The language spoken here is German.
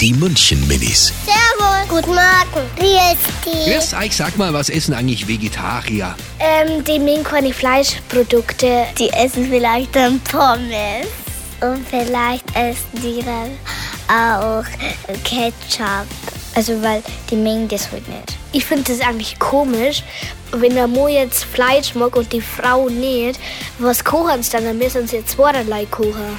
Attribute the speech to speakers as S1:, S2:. S1: Die München-Minis.
S2: Servus. Guten Morgen. Wie ist die?
S1: Grüß euch, sag mal, was essen eigentlich Vegetarier?
S2: Ähm, die mögen keine Fleischprodukte. Die essen vielleicht dann Pommes. Und vielleicht essen die dann auch Ketchup. Also, weil die mögen das halt nicht. Ich finde das eigentlich komisch, wenn der Mo jetzt Fleisch mag und die Frau nicht. Was kochen sie dann? Dann müssen sie zweierlei kochen.